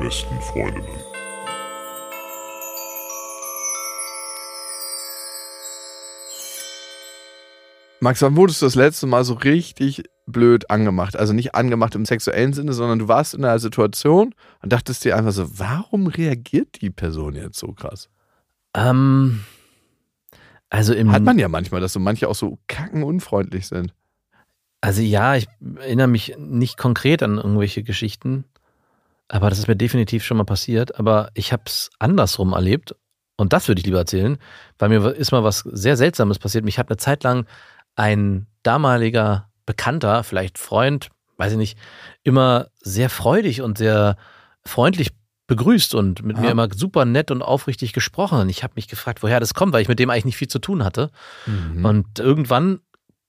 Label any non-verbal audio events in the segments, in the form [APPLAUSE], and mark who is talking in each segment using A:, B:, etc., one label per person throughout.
A: besten Freundinnen.
B: Max, wann wurdest du das letzte Mal so richtig blöd angemacht? Also nicht angemacht im sexuellen Sinne, sondern du warst in einer Situation und dachtest dir einfach so, warum reagiert die Person jetzt so krass?
C: Ähm, also im
B: Hat man ja manchmal, dass so manche auch so kackenunfreundlich sind.
C: Also ja, ich erinnere mich nicht konkret an irgendwelche Geschichten, aber das ist mir definitiv schon mal passiert. Aber ich habe es andersrum erlebt und das würde ich lieber erzählen, weil mir ist mal was sehr Seltsames passiert. Mich hat eine Zeit lang ein damaliger Bekannter, vielleicht Freund, weiß ich nicht, immer sehr freudig und sehr freundlich begrüßt und mit
B: Ja.
C: mir immer super nett und aufrichtig gesprochen. Und ich habe mich gefragt, woher das kommt, weil ich mit dem eigentlich nicht viel zu tun hatte.
B: Mhm.
C: Und irgendwann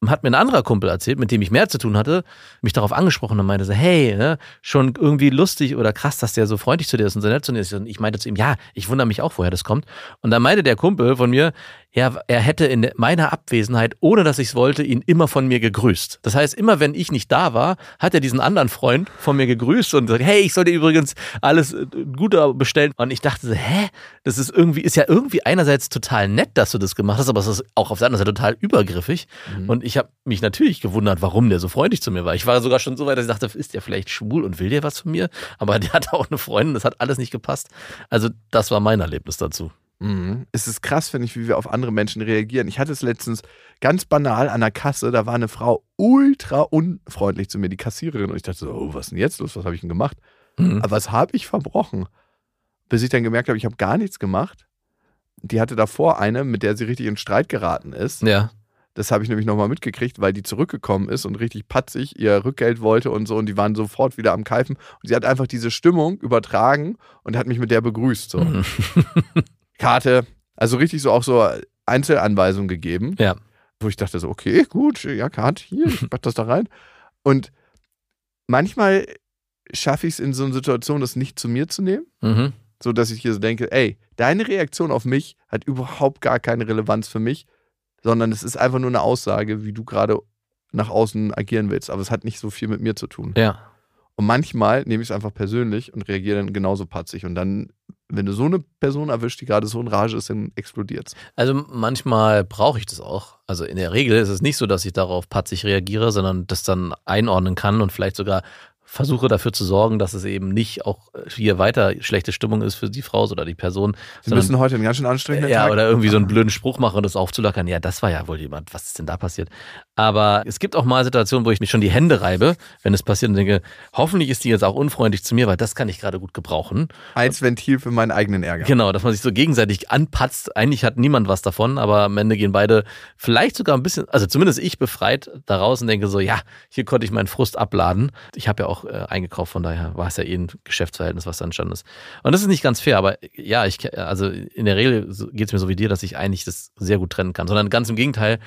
C: hat mir ein anderer Kumpel erzählt, mit dem ich mehr zu tun hatte, mich darauf angesprochen und meinte so, hey, ne, schon irgendwie lustig oder krass, dass der so freundlich zu dir ist und so nett zu dir ist. Und ich meinte zu ihm, ja, ich wundere mich auch, woher das kommt. Und dann meinte der Kumpel von mir, ja, er hätte in meiner Abwesenheit, ohne dass ich es wollte, ihn immer von mir gegrüßt. Das heißt, immer wenn ich nicht da war, hat er diesen anderen Freund von mir gegrüßt und gesagt, hey, ich soll dir übrigens alles äh, Gute bestellen. Und ich dachte so, hä? Das ist irgendwie, ist ja irgendwie einerseits total nett, dass du das gemacht hast, aber es ist auch auf der anderen Seite total übergriffig.
B: Mhm.
C: Und ich habe mich natürlich gewundert, warum der so freundlich zu mir war. Ich war sogar schon so weit, dass ich dachte, ist der vielleicht schwul und will der was von mir? Aber der hatte auch eine Freundin, das hat alles nicht gepasst. Also, das war mein Erlebnis dazu.
B: Mhm. Es ist krass, finde ich, wie wir auf andere Menschen reagieren. Ich hatte es letztens ganz banal an der Kasse, da war eine Frau ultra unfreundlich zu mir, die Kassiererin. Und ich dachte so, oh, was ist denn jetzt los? Was habe ich denn gemacht?
C: Mhm.
B: Aber was habe ich verbrochen? Bis ich dann gemerkt habe, ich habe gar nichts gemacht. Die hatte davor eine, mit der sie richtig in Streit geraten ist.
C: Ja.
B: Das habe ich nämlich nochmal mitgekriegt, weil die zurückgekommen ist und richtig patzig ihr Rückgeld wollte und so. Und die waren sofort wieder am Keifen. Und sie hat einfach diese Stimmung übertragen und hat mich mit der begrüßt. So.
C: Mhm.
B: Karte, also richtig so auch so Einzelanweisungen gegeben.
C: Ja.
B: Wo ich dachte so, okay, gut, ja, Karte, hier, ich pack das da rein. Und manchmal schaffe ich es in so einer Situation, das nicht zu mir zu nehmen,
C: Mhm.
B: so dass ich hier so denke, ey, deine Reaktion auf mich hat überhaupt gar keine Relevanz für mich, sondern es ist einfach nur eine Aussage, wie du gerade nach außen agieren willst, aber es hat nicht so viel mit mir zu tun.
C: Ja.
B: Und manchmal nehme ich es einfach persönlich und reagiere dann genauso patzig. Und dann, wenn du so eine Person erwischt, die gerade so in Rage ist, dann explodiert es.
C: Also manchmal brauche ich das auch. Also in der Regel ist es nicht so, dass ich darauf patzig reagiere, sondern das dann einordnen kann und vielleicht sogar versuche dafür zu sorgen, dass es eben nicht auch hier weiter schlechte Stimmung ist für die Frau oder die Person.
B: Sie
C: sondern-
B: müssen heute einen ganz schön anstrengenden
C: ja,
B: Tag.
C: oder irgendwie so einen blöden Spruch machen und das aufzulockern. Ja, das war ja wohl jemand. Was ist denn da passiert? Aber es gibt auch mal Situationen, wo ich mich schon die Hände reibe, wenn es passiert und denke, hoffentlich ist die jetzt auch unfreundlich zu mir, weil das kann ich gerade gut gebrauchen.
B: als Ventil für meinen eigenen Ärger.
C: Genau, dass man sich so gegenseitig anpatzt. Eigentlich hat niemand was davon, aber am Ende gehen beide vielleicht sogar ein bisschen, also zumindest ich befreit daraus und denke so, ja, hier konnte ich meinen Frust abladen. Ich habe ja auch äh, eingekauft, von daher war es ja eh ein Geschäftsverhältnis, was da entstanden ist. Und das ist nicht ganz fair, aber äh, ja, ich, also in der Regel geht es mir so wie dir, dass ich eigentlich das sehr gut trennen kann, sondern ganz im Gegenteil,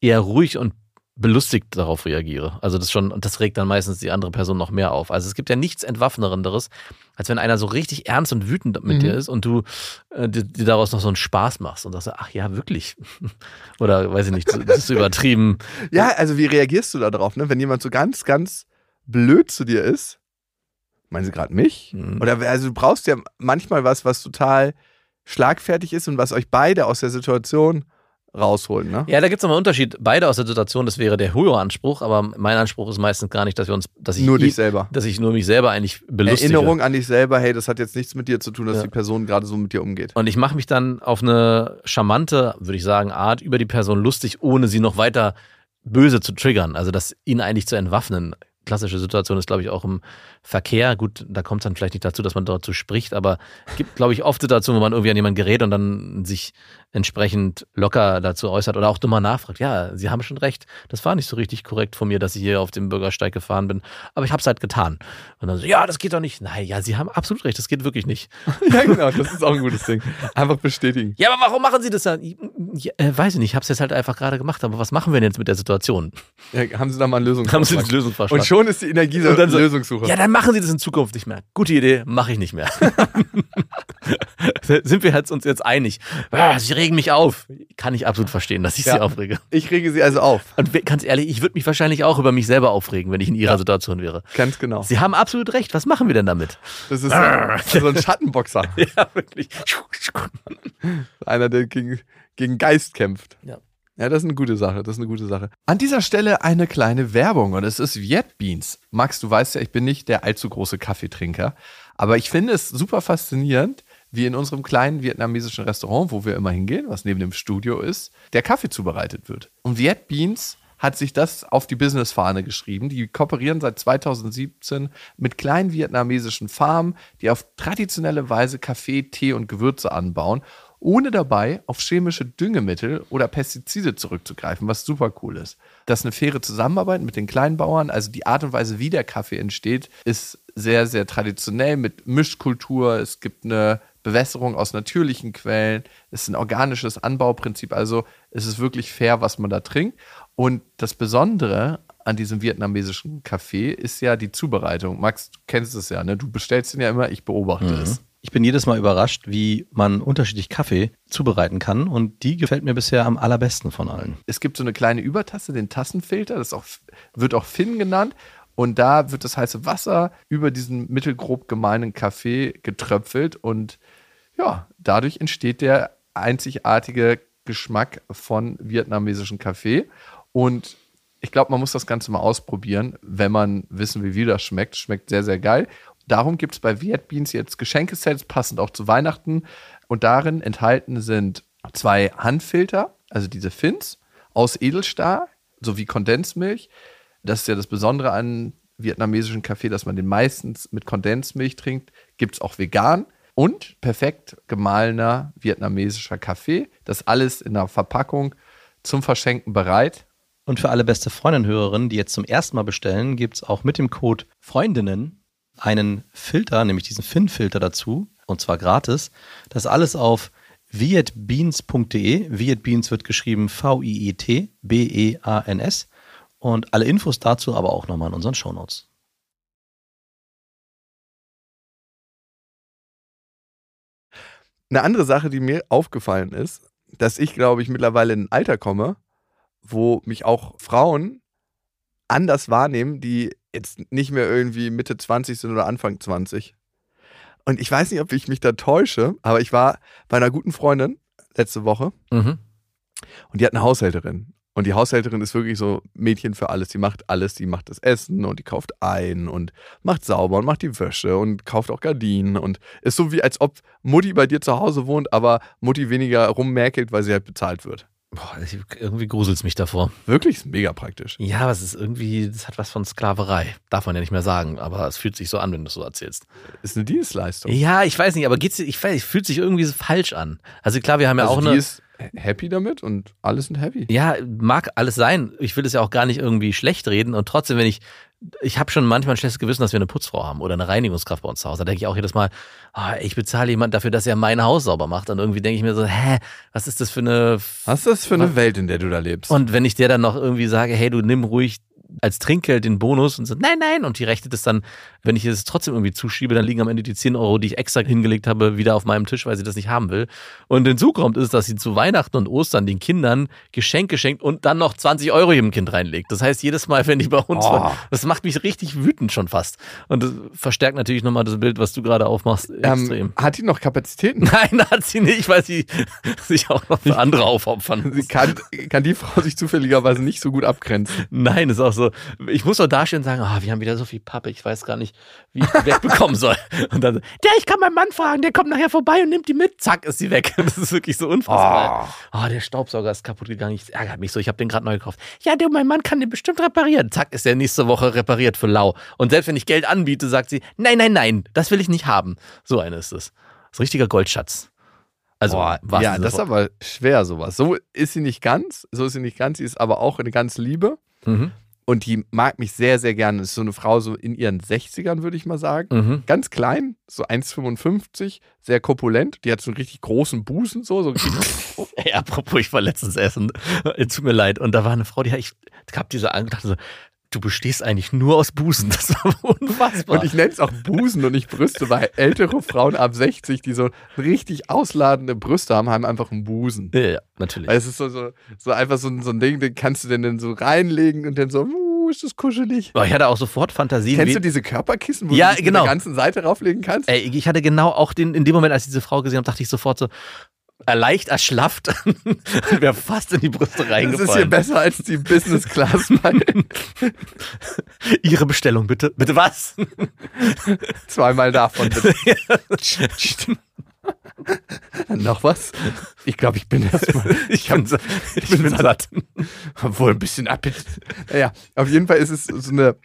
C: eher ruhig und belustigt darauf reagiere. Also das schon, und das regt dann meistens die andere Person noch mehr auf. Also es gibt ja nichts Entwaffnerenderes, als wenn einer so richtig ernst und wütend mit
B: Mhm.
C: dir ist und du äh, dir, dir daraus noch so einen Spaß machst und sagst, ach ja, wirklich. [LAUGHS] Oder weiß ich nicht, so- das ist so übertrieben.
B: Ja, also wie reagierst du da drauf, ne? wenn jemand so ganz, ganz blöd zu dir ist? Meinen sie gerade mich?
C: Mhm.
B: Oder wer- also du brauchst ja manchmal was, was total schlagfertig ist und was euch beide aus der Situation rausholt. Ne?
C: Ja, da gibt es nochmal einen Unterschied. Beide aus der Situation, das wäre der höhere Anspruch, aber mein Anspruch ist meistens gar nicht, dass wir uns, dass ich,
B: Nur dich
C: ihn-
B: selber.
C: dass ich nur mich selber eigentlich belustige.
B: Erinnerung an dich selber, hey, das hat jetzt nichts mit dir zu tun, dass
C: Ja.
B: die Person gerade so mit dir umgeht.
C: Und ich mache mich dann auf eine charmante, würde ich sagen, Art über die Person lustig, ohne sie noch weiter böse zu triggern. Also das ihn eigentlich zu entwaffnen. Klassische Situation ist, glaube ich, auch im Verkehr. Gut, da kommt es dann vielleicht nicht dazu, dass man dazu spricht, aber es gibt, glaube ich, oft Situationen, wo man irgendwie an jemanden gerät und dann sich entsprechend locker dazu äußert oder auch dummer nachfragt. Ja, Sie haben schon recht. Das war nicht so richtig korrekt von mir, dass ich hier auf dem Bürgersteig gefahren bin, aber ich habe es halt getan. Und dann so, ja, das geht doch nicht. Nein, ja, Sie haben absolut recht. Das geht wirklich nicht.
B: [LAUGHS] Ja, genau, das ist auch ein gutes Ding. Einfach bestätigen.
C: Ja, aber warum machen Sie das dann? Ja, äh, weiß ich
A: [LAUGHS]
C: nicht, ich habe es jetzt halt einfach gerade gemacht, aber was machen wir denn jetzt mit der Situation?
B: Ja, haben Sie da mal einen
C: Haben Sie
B: Lösungsvorschlag?
C: einen Lösungsvorschlag?
B: schon ist die Energie so
C: Und dann so,
B: Lösungssuche.
C: Ja, dann machen Sie das in Zukunft nicht mehr. Gute Idee, mache ich nicht mehr. [LAUGHS] Sind wir jetzt uns jetzt einig? Ah, Sie regen mich auf. Kann ich absolut verstehen, dass ich
B: Ja.
C: Sie aufrege.
B: Ich rege sie also auf.
C: Und we- ganz ehrlich, ich würde mich wahrscheinlich auch über mich selber aufregen, wenn ich in Ihrer Situation wäre.
B: Ganz genau.
C: Sie haben absolut recht. Was machen wir
A: [LAUGHS]
C: denn damit?
B: Das ist so also ein Schattenboxer. [LAUGHS]
C: Ja, wirklich.
B: Einer, der gegen, gegen Geist kämpft.
C: Ja.
B: Ja, das ist eine gute Sache. Das ist eine gute Sache. An dieser Stelle eine kleine Werbung und es ist Vietbeans. Max, du weißt ja, ich bin nicht der allzu große Kaffeetrinker, aber ich finde es super faszinierend, wie in unserem kleinen vietnamesischen Restaurant, wo wir immer hingehen, was neben dem Studio ist, der Kaffee zubereitet wird. Und Vietbeans hat sich das auf die Businessfahne geschrieben. Die kooperieren seit 2017 mit kleinen vietnamesischen Farmen, die auf traditionelle Weise Kaffee, Tee und Gewürze anbauen, ohne dabei auf chemische Düngemittel oder Pestizide zurückzugreifen, was super cool ist. Das ist eine faire Zusammenarbeit mit den Kleinbauern, also die Art und Weise, wie der Kaffee entsteht, ist sehr, sehr traditionell mit Mischkultur. Es gibt eine Bewässerung aus natürlichen Quellen. Es ist ein organisches Anbauprinzip. Also es ist wirklich fair, was man da trinkt. Und das Besondere an diesem vietnamesischen Kaffee ist ja die Zubereitung. Max, du kennst es ja, ne? Du bestellst ihn ja immer, ich beobachte es.
A: Ich bin jedes Mal überrascht, wie man unterschiedlich Kaffee zubereiten kann und die gefällt mir bisher am allerbesten von allen.
B: Es gibt so eine kleine Übertasse, den Tassenfilter, das ist auch, wird auch Finn genannt. Und da wird das heiße Wasser über diesen mittelgrob gemeinen Kaffee getröpfelt. Und ja, dadurch entsteht der einzigartige Geschmack von vietnamesischem Kaffee. Und ich glaube, man muss das Ganze mal ausprobieren, wenn man wissen will, wie das schmeckt. Schmeckt sehr, sehr geil. Darum gibt es bei Viet Beans jetzt Geschenkesets, passend auch zu Weihnachten. Und darin enthalten sind zwei Handfilter, also diese Fins, aus Edelstahl sowie Kondensmilch. Das ist ja das Besondere an vietnamesischen Kaffee, dass man den meistens mit Kondensmilch trinkt. Gibt es auch vegan und perfekt gemahlener vietnamesischer Kaffee. Das alles in einer Verpackung zum Verschenken bereit.
A: Und für alle beste Freundin-Hörerinnen, die jetzt zum ersten Mal bestellen, gibt es auch mit dem Code Freundinnen einen Filter, nämlich diesen Fin-Filter dazu, und zwar gratis. Das alles auf vietbeans.de. Vietbeans wird geschrieben E V-I-E-T-B-E-A-N-S. Und alle Infos dazu aber auch nochmal in unseren Shownotes.
B: Eine andere Sache, die mir aufgefallen ist, dass ich, glaube ich, mittlerweile in ein Alter komme, wo mich auch Frauen anders wahrnehmen, die jetzt nicht mehr irgendwie Mitte 20 sind oder Anfang 20. Und ich weiß nicht, ob ich mich da täusche, aber ich war bei einer guten Freundin letzte Woche
C: Mhm.
B: und die hat eine Haushälterin. Und die Haushälterin ist wirklich so Mädchen für alles. Die macht alles. Die macht das Essen und die kauft ein und macht sauber und macht die Wäsche und kauft auch Gardinen. Und ist so wie, als ob Mutti bei dir zu Hause wohnt, aber Mutti weniger rummäkelt, weil sie halt bezahlt wird.
C: Boah, ich- irgendwie gruselt es mich davor.
B: Wirklich ist mega praktisch.
C: Ja, aber es ist irgendwie, das hat was von Sklaverei. Darf man ja nicht mehr sagen, aber es fühlt sich so an, wenn du es so erzählst.
B: Ist eine Dienstleistung.
C: Ja, ich weiß nicht, aber geht's, ich weiß, fühlt sich irgendwie so falsch an. Also klar, wir haben ja
B: also
C: auch
B: die
C: eine.
B: ist happy damit und alle sind happy.
C: Ja, mag alles sein. Ich will es ja auch gar nicht irgendwie schlecht reden. Und trotzdem, wenn ich, ich habe schon manchmal ein schlechtes Gewissen, dass wir eine Putzfrau haben oder eine Reinigungskraft bei uns zu Hause. Da denke ich auch jedes Mal, ah, ich bezahle jemanden dafür, dass er mein Haus sauber macht. Und irgendwie denke ich mir so, hä, was ist das für eine.
B: Was ist das für eine Welt, in der du da lebst?
C: Und wenn ich der dann noch irgendwie sage, hey, du nimm ruhig als Trinkgeld den Bonus und so, nein, nein, und die rechnet es dann, wenn ich es trotzdem irgendwie zuschiebe, dann liegen am Ende die 10 Euro, die ich extra hingelegt habe, wieder auf meinem Tisch, weil sie das nicht haben will. Und hinzu kommt ist, dass sie zu Weihnachten und Ostern den Kindern Geschenke schenkt und dann noch 20 Euro jedem Kind reinlegt. Das heißt, jedes Mal, wenn die bei uns,
B: Oh.
C: das macht mich richtig wütend schon fast. Und das verstärkt natürlich nochmal das Bild, was du gerade aufmachst, extrem.
B: ähm,
C: [LAUGHS]
B: hat die noch Kapazitäten?
C: Nein, hat sie nicht, weil sie [LAUGHS] sich auch noch für andere aufopfern muss.
B: Sie kann, kann die Frau sich zufälligerweise nicht so gut abgrenzen.
C: Nein, ist auch so. Ich muss doch dastehen und sagen, ah, wir haben wieder so viel Pappe, ich weiß gar nicht, wie ich die wegbekommen soll. [LAUGHS] Und dann, so, ja, ich kann meinen Mann fragen, der kommt nachher vorbei und nimmt die mit. Zack, ist sie weg. [LAUGHS] Das ist wirklich so unfassbar.
B: Oh.
C: Ah, der Staubsauger ist kaputt gegangen. Ich das ärgert mich so, ich habe den gerade neu gekauft. Ja, der, mein Mann kann den bestimmt reparieren. Zack, ist der nächste Woche repariert für lau. Und selbst wenn ich Geld anbiete, sagt sie, nein, nein, nein, das will ich nicht haben. So eine ist es. So ein richtiger Goldschatz. Also,
B: Boah,
C: was
B: ja, das ist aber schwer sowas. So ist sie nicht ganz, so ist sie nicht ganz, sie ist aber auch eine ganz Liebe
C: Mhm.
B: und die mag mich sehr, sehr gerne. Ist so eine Frau so in ihren 60ern, würde ich mal sagen.
C: Mhm.
B: Ganz klein, so 1,55, sehr korpulent. Die hat so einen richtig großen Busen, so.
C: [LAUGHS]
B: so
C: Ey, Äh, apropos, ich war letztens essen. Tut mir leid. Und da war eine Frau, die hat- ich hab diese Angst, dachte so, du bestehst eigentlich nur aus Busen. [LAUGHS] Das ist aber unfassbar.
B: Und ich nenne es auch Busen und nicht Brüste, weil ältere Frauen ab 60, die so richtig ausladende Brüste haben, haben einfach einen Busen.
C: ja, ja, natürlich.
B: Weil es ist so, so, so einfach so, ein- so ein Ding, den kannst du denn dann so reinlegen und dann so, uh, ist das kuschelig.
C: Boah, ich hatte auch sofort Fantasien.
B: Kennst
C: wie-
B: du diese Körperkissen, wo
C: Ja,
B: du dich
C: genau.
B: mit der ganzen Seite rauflegen kannst?
C: Ey, ich hatte genau auch den, in dem Moment, als ich diese Frau gesehen habe, dachte ich sofort so, leicht erschlafft [LAUGHS] und wäre fast in die Brüste
B: das ist hier
C: reingefallen.
B: besser als die Business Class bei [LAUGHS]
C: Ihre Bestellung, bitte. Bitte was?
B: [LAUGHS] zweimal davon. [LAUGHS] Bitte. Noch was? Ich glaube, ich bin erstmal.
C: ich, bin, sa- ich bin satt.
B: Obwohl ein bisschen Appetit. Naja, auf jeden Fall ist es so eine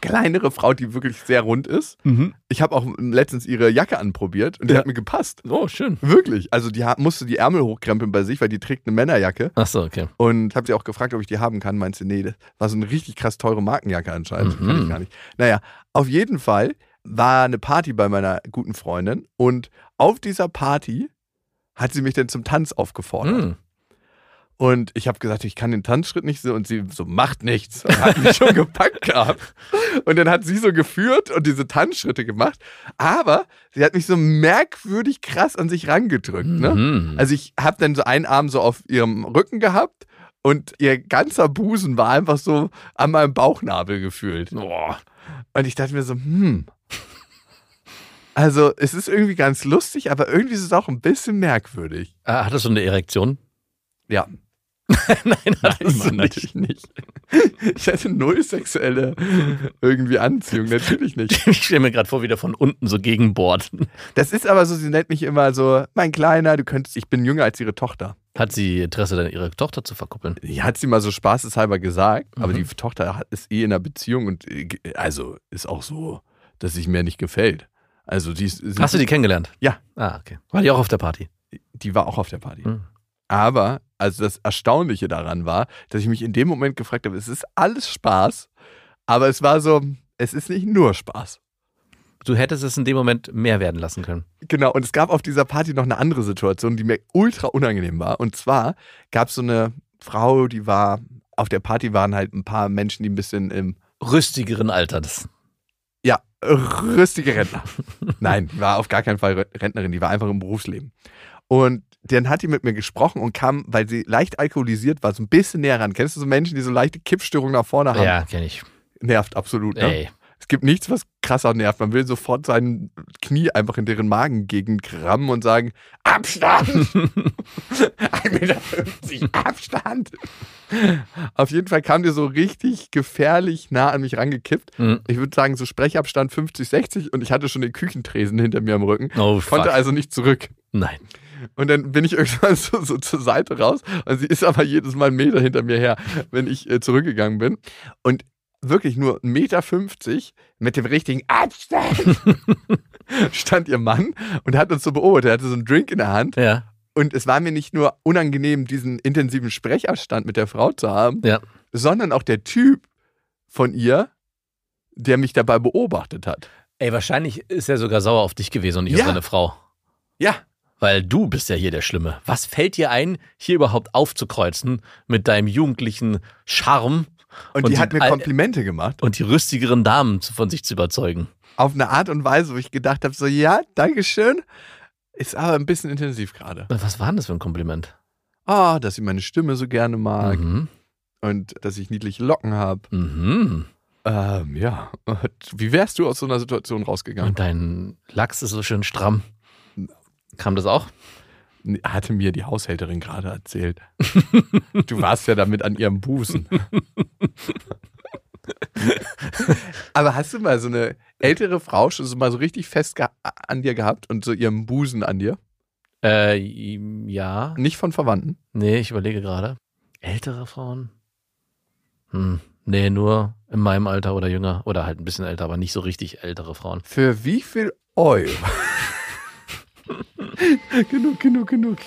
B: kleinere Frau, die wirklich sehr rund ist.
C: Mhm.
B: Ich habe auch letztens ihre Jacke anprobiert und die
C: Ja.
B: hat mir gepasst.
C: Oh, schön.
B: Wirklich. Also die ha- musste die Ärmel hochkrempeln bei sich, weil die trägt eine Männerjacke.
C: Ach so, okay.
B: Und habe sie auch gefragt, ob ich die haben kann. Meinte sie, nee, das war so eine richtig krass teure Markenjacke anscheinend.
C: Mhm.
B: Kann ich gar nicht. Naja, auf jeden Fall war eine Party bei meiner guten Freundin und auf dieser Party hat sie mich dann zum Tanz aufgefordert.
C: Mhm.
B: Und ich habe gesagt, ich kann den Tanzschritt nicht so. Und sie so, macht nichts. Und Hat mich schon [LAUGHS] gepackt gehabt. Und dann hat sie so geführt und diese Tanzschritte gemacht. Aber sie hat mich so merkwürdig krass an sich rangedrückt. Ne?
C: Mhm.
B: Also ich habe dann so einen Arm so auf ihrem Rücken gehabt und ihr ganzer Busen war einfach so an meinem Bauchnabel gefühlt.
C: Boah.
B: Und ich dachte mir so, hm. Also es ist irgendwie ganz lustig, aber irgendwie ist es auch ein bisschen merkwürdig.
C: Ah, hattest du eine Erektion?
B: Ja,
C: [LAUGHS] Nein,
B: Nein,
C: hattest
B: Mann,
C: du
B: natürlich
C: nicht.
B: nicht. Ich hatte null sexuelle irgendwie Anziehung, natürlich
C: [LAUGHS]
B: nicht.
C: Ich stelle mir gerade vor, wie der von unten so gegenbohrt. [LAUGHS]
B: Das ist aber so, sie nennt mich immer so, mein Kleiner, du könntest, ich bin jünger als ihre Tochter.
C: Hat sie Interesse, dann ihre Tochter zu verkuppeln?
B: Die hat sie mal so spaßeshalber gesagt, aber
C: Mhm.
B: die Tochter hat- ist eh in einer Beziehung und äh, ge- also ist auch so, dass sie mir nicht gefällt. Also die, ist, sind-
C: Hast du die kennengelernt?
B: Ja.
C: Ah, okay. War die auch auf der Party?
B: die war auch auf der Party.
C: Mhm.
B: Aber, also das Erstaunliche daran war, dass ich mich in dem Moment gefragt habe, es ist alles Spaß, aber es war so, es ist nicht nur Spaß.
C: Du hättest es in dem Moment mehr werden lassen können.
B: Genau, und es gab auf dieser Party noch eine andere Situation, die mir ultra unangenehm war. Und zwar gab es so eine Frau, die war, auf der Party waren halt ein paar Menschen, die ein bisschen im,
C: Rüstigeren Alter. Das
B: ja, rüstige Rentner. Nein, die war auf gar keinen Fall Rentnerin, die war einfach im Berufsleben. Und dann hat die mit mir gesprochen und kam, weil sie leicht alkoholisiert war, so ein bisschen näher ran. Kennst du so Menschen, die so leichte Kippstörungen nach vorne haben?
C: ja, kenne ich.
B: Nervt absolut. Ne?
C: Ey.
B: Es gibt nichts, was krasser nervt. Man will sofort sein Knie einfach in deren Magengegend krammen und sagen, Abstand!
C: [LAUGHS]
B: 1,50 Meter Abstand! Auf jeden Fall kam dir so richtig gefährlich nah an mich rangekippt.
C: Mhm.
B: Ich würde sagen, so Sprechabstand 50, 60 und ich hatte schon den Küchentresen hinter mir am Rücken.
C: Oh,
B: Ich konnte
C: fuck.
B: also nicht zurück.
C: Nein.
B: Und dann bin ich irgendwann [LAUGHS] so, so zur Seite raus. Und sie ist aber jedes Mal einen Meter hinter mir her, wenn ich äh, zurückgegangen bin. Und wirklich nur 1,50 Meter mit dem richtigen Abstand stand ihr Mann und hat uns so beobachtet. Er hatte so einen Drink in der Hand.
C: Ja.
B: Und es war mir nicht nur unangenehm, diesen intensiven Sprechabstand mit der Frau zu haben,
C: Ja.
B: sondern auch der Typ von ihr, der mich dabei beobachtet hat.
C: Ey, wahrscheinlich ist er sogar sauer auf dich gewesen und nicht
B: Ja.
C: auf seine Frau.
B: Ja,
C: Weil du bist ja hier der Schlimme. Was fällt dir ein, hier überhaupt aufzukreuzen mit deinem jugendlichen Charme
B: und,
C: Und
B: die
C: die
B: hat mir
C: Al-
B: Komplimente gemacht.
C: und die rüstigeren Damen zu- von sich zu überzeugen?
B: auf eine Art und Weise, wo ich gedacht habe, so ja, Dankeschön, ist aber ein bisschen intensiv gerade.
C: Was war denn das für ein Kompliment?
B: Ah, dass sie meine Stimme so gerne mag
C: Mhm.
B: und dass ich niedliche Locken habe.
C: Mhm.
B: Ähm, ja, wie wärst du aus so einer Situation rausgegangen?
C: Und dein Lachs ist so schön stramm. Kam das auch?
B: Hatte mir die Haushälterin gerade [LAUGHS] erzählt. du warst ja damit an ihrem Busen. [LAUGHS] aber hast du mal so eine ältere Frau schon so mal so richtig fest ge- an dir gehabt und so ihrem Busen an dir?
C: Äh, ja.
B: Nicht von Verwandten?
C: Nee, ich überlege gerade. Ältere Frauen? Hm. Nee, nur in meinem Alter oder jünger oder halt ein bisschen älter, aber nicht so richtig ältere Frauen.
B: Für wie viel [LAUGHS] Euro? genug, genug, genug.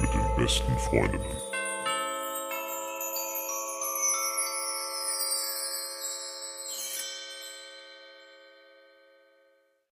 D: mit den besten Freundinnen.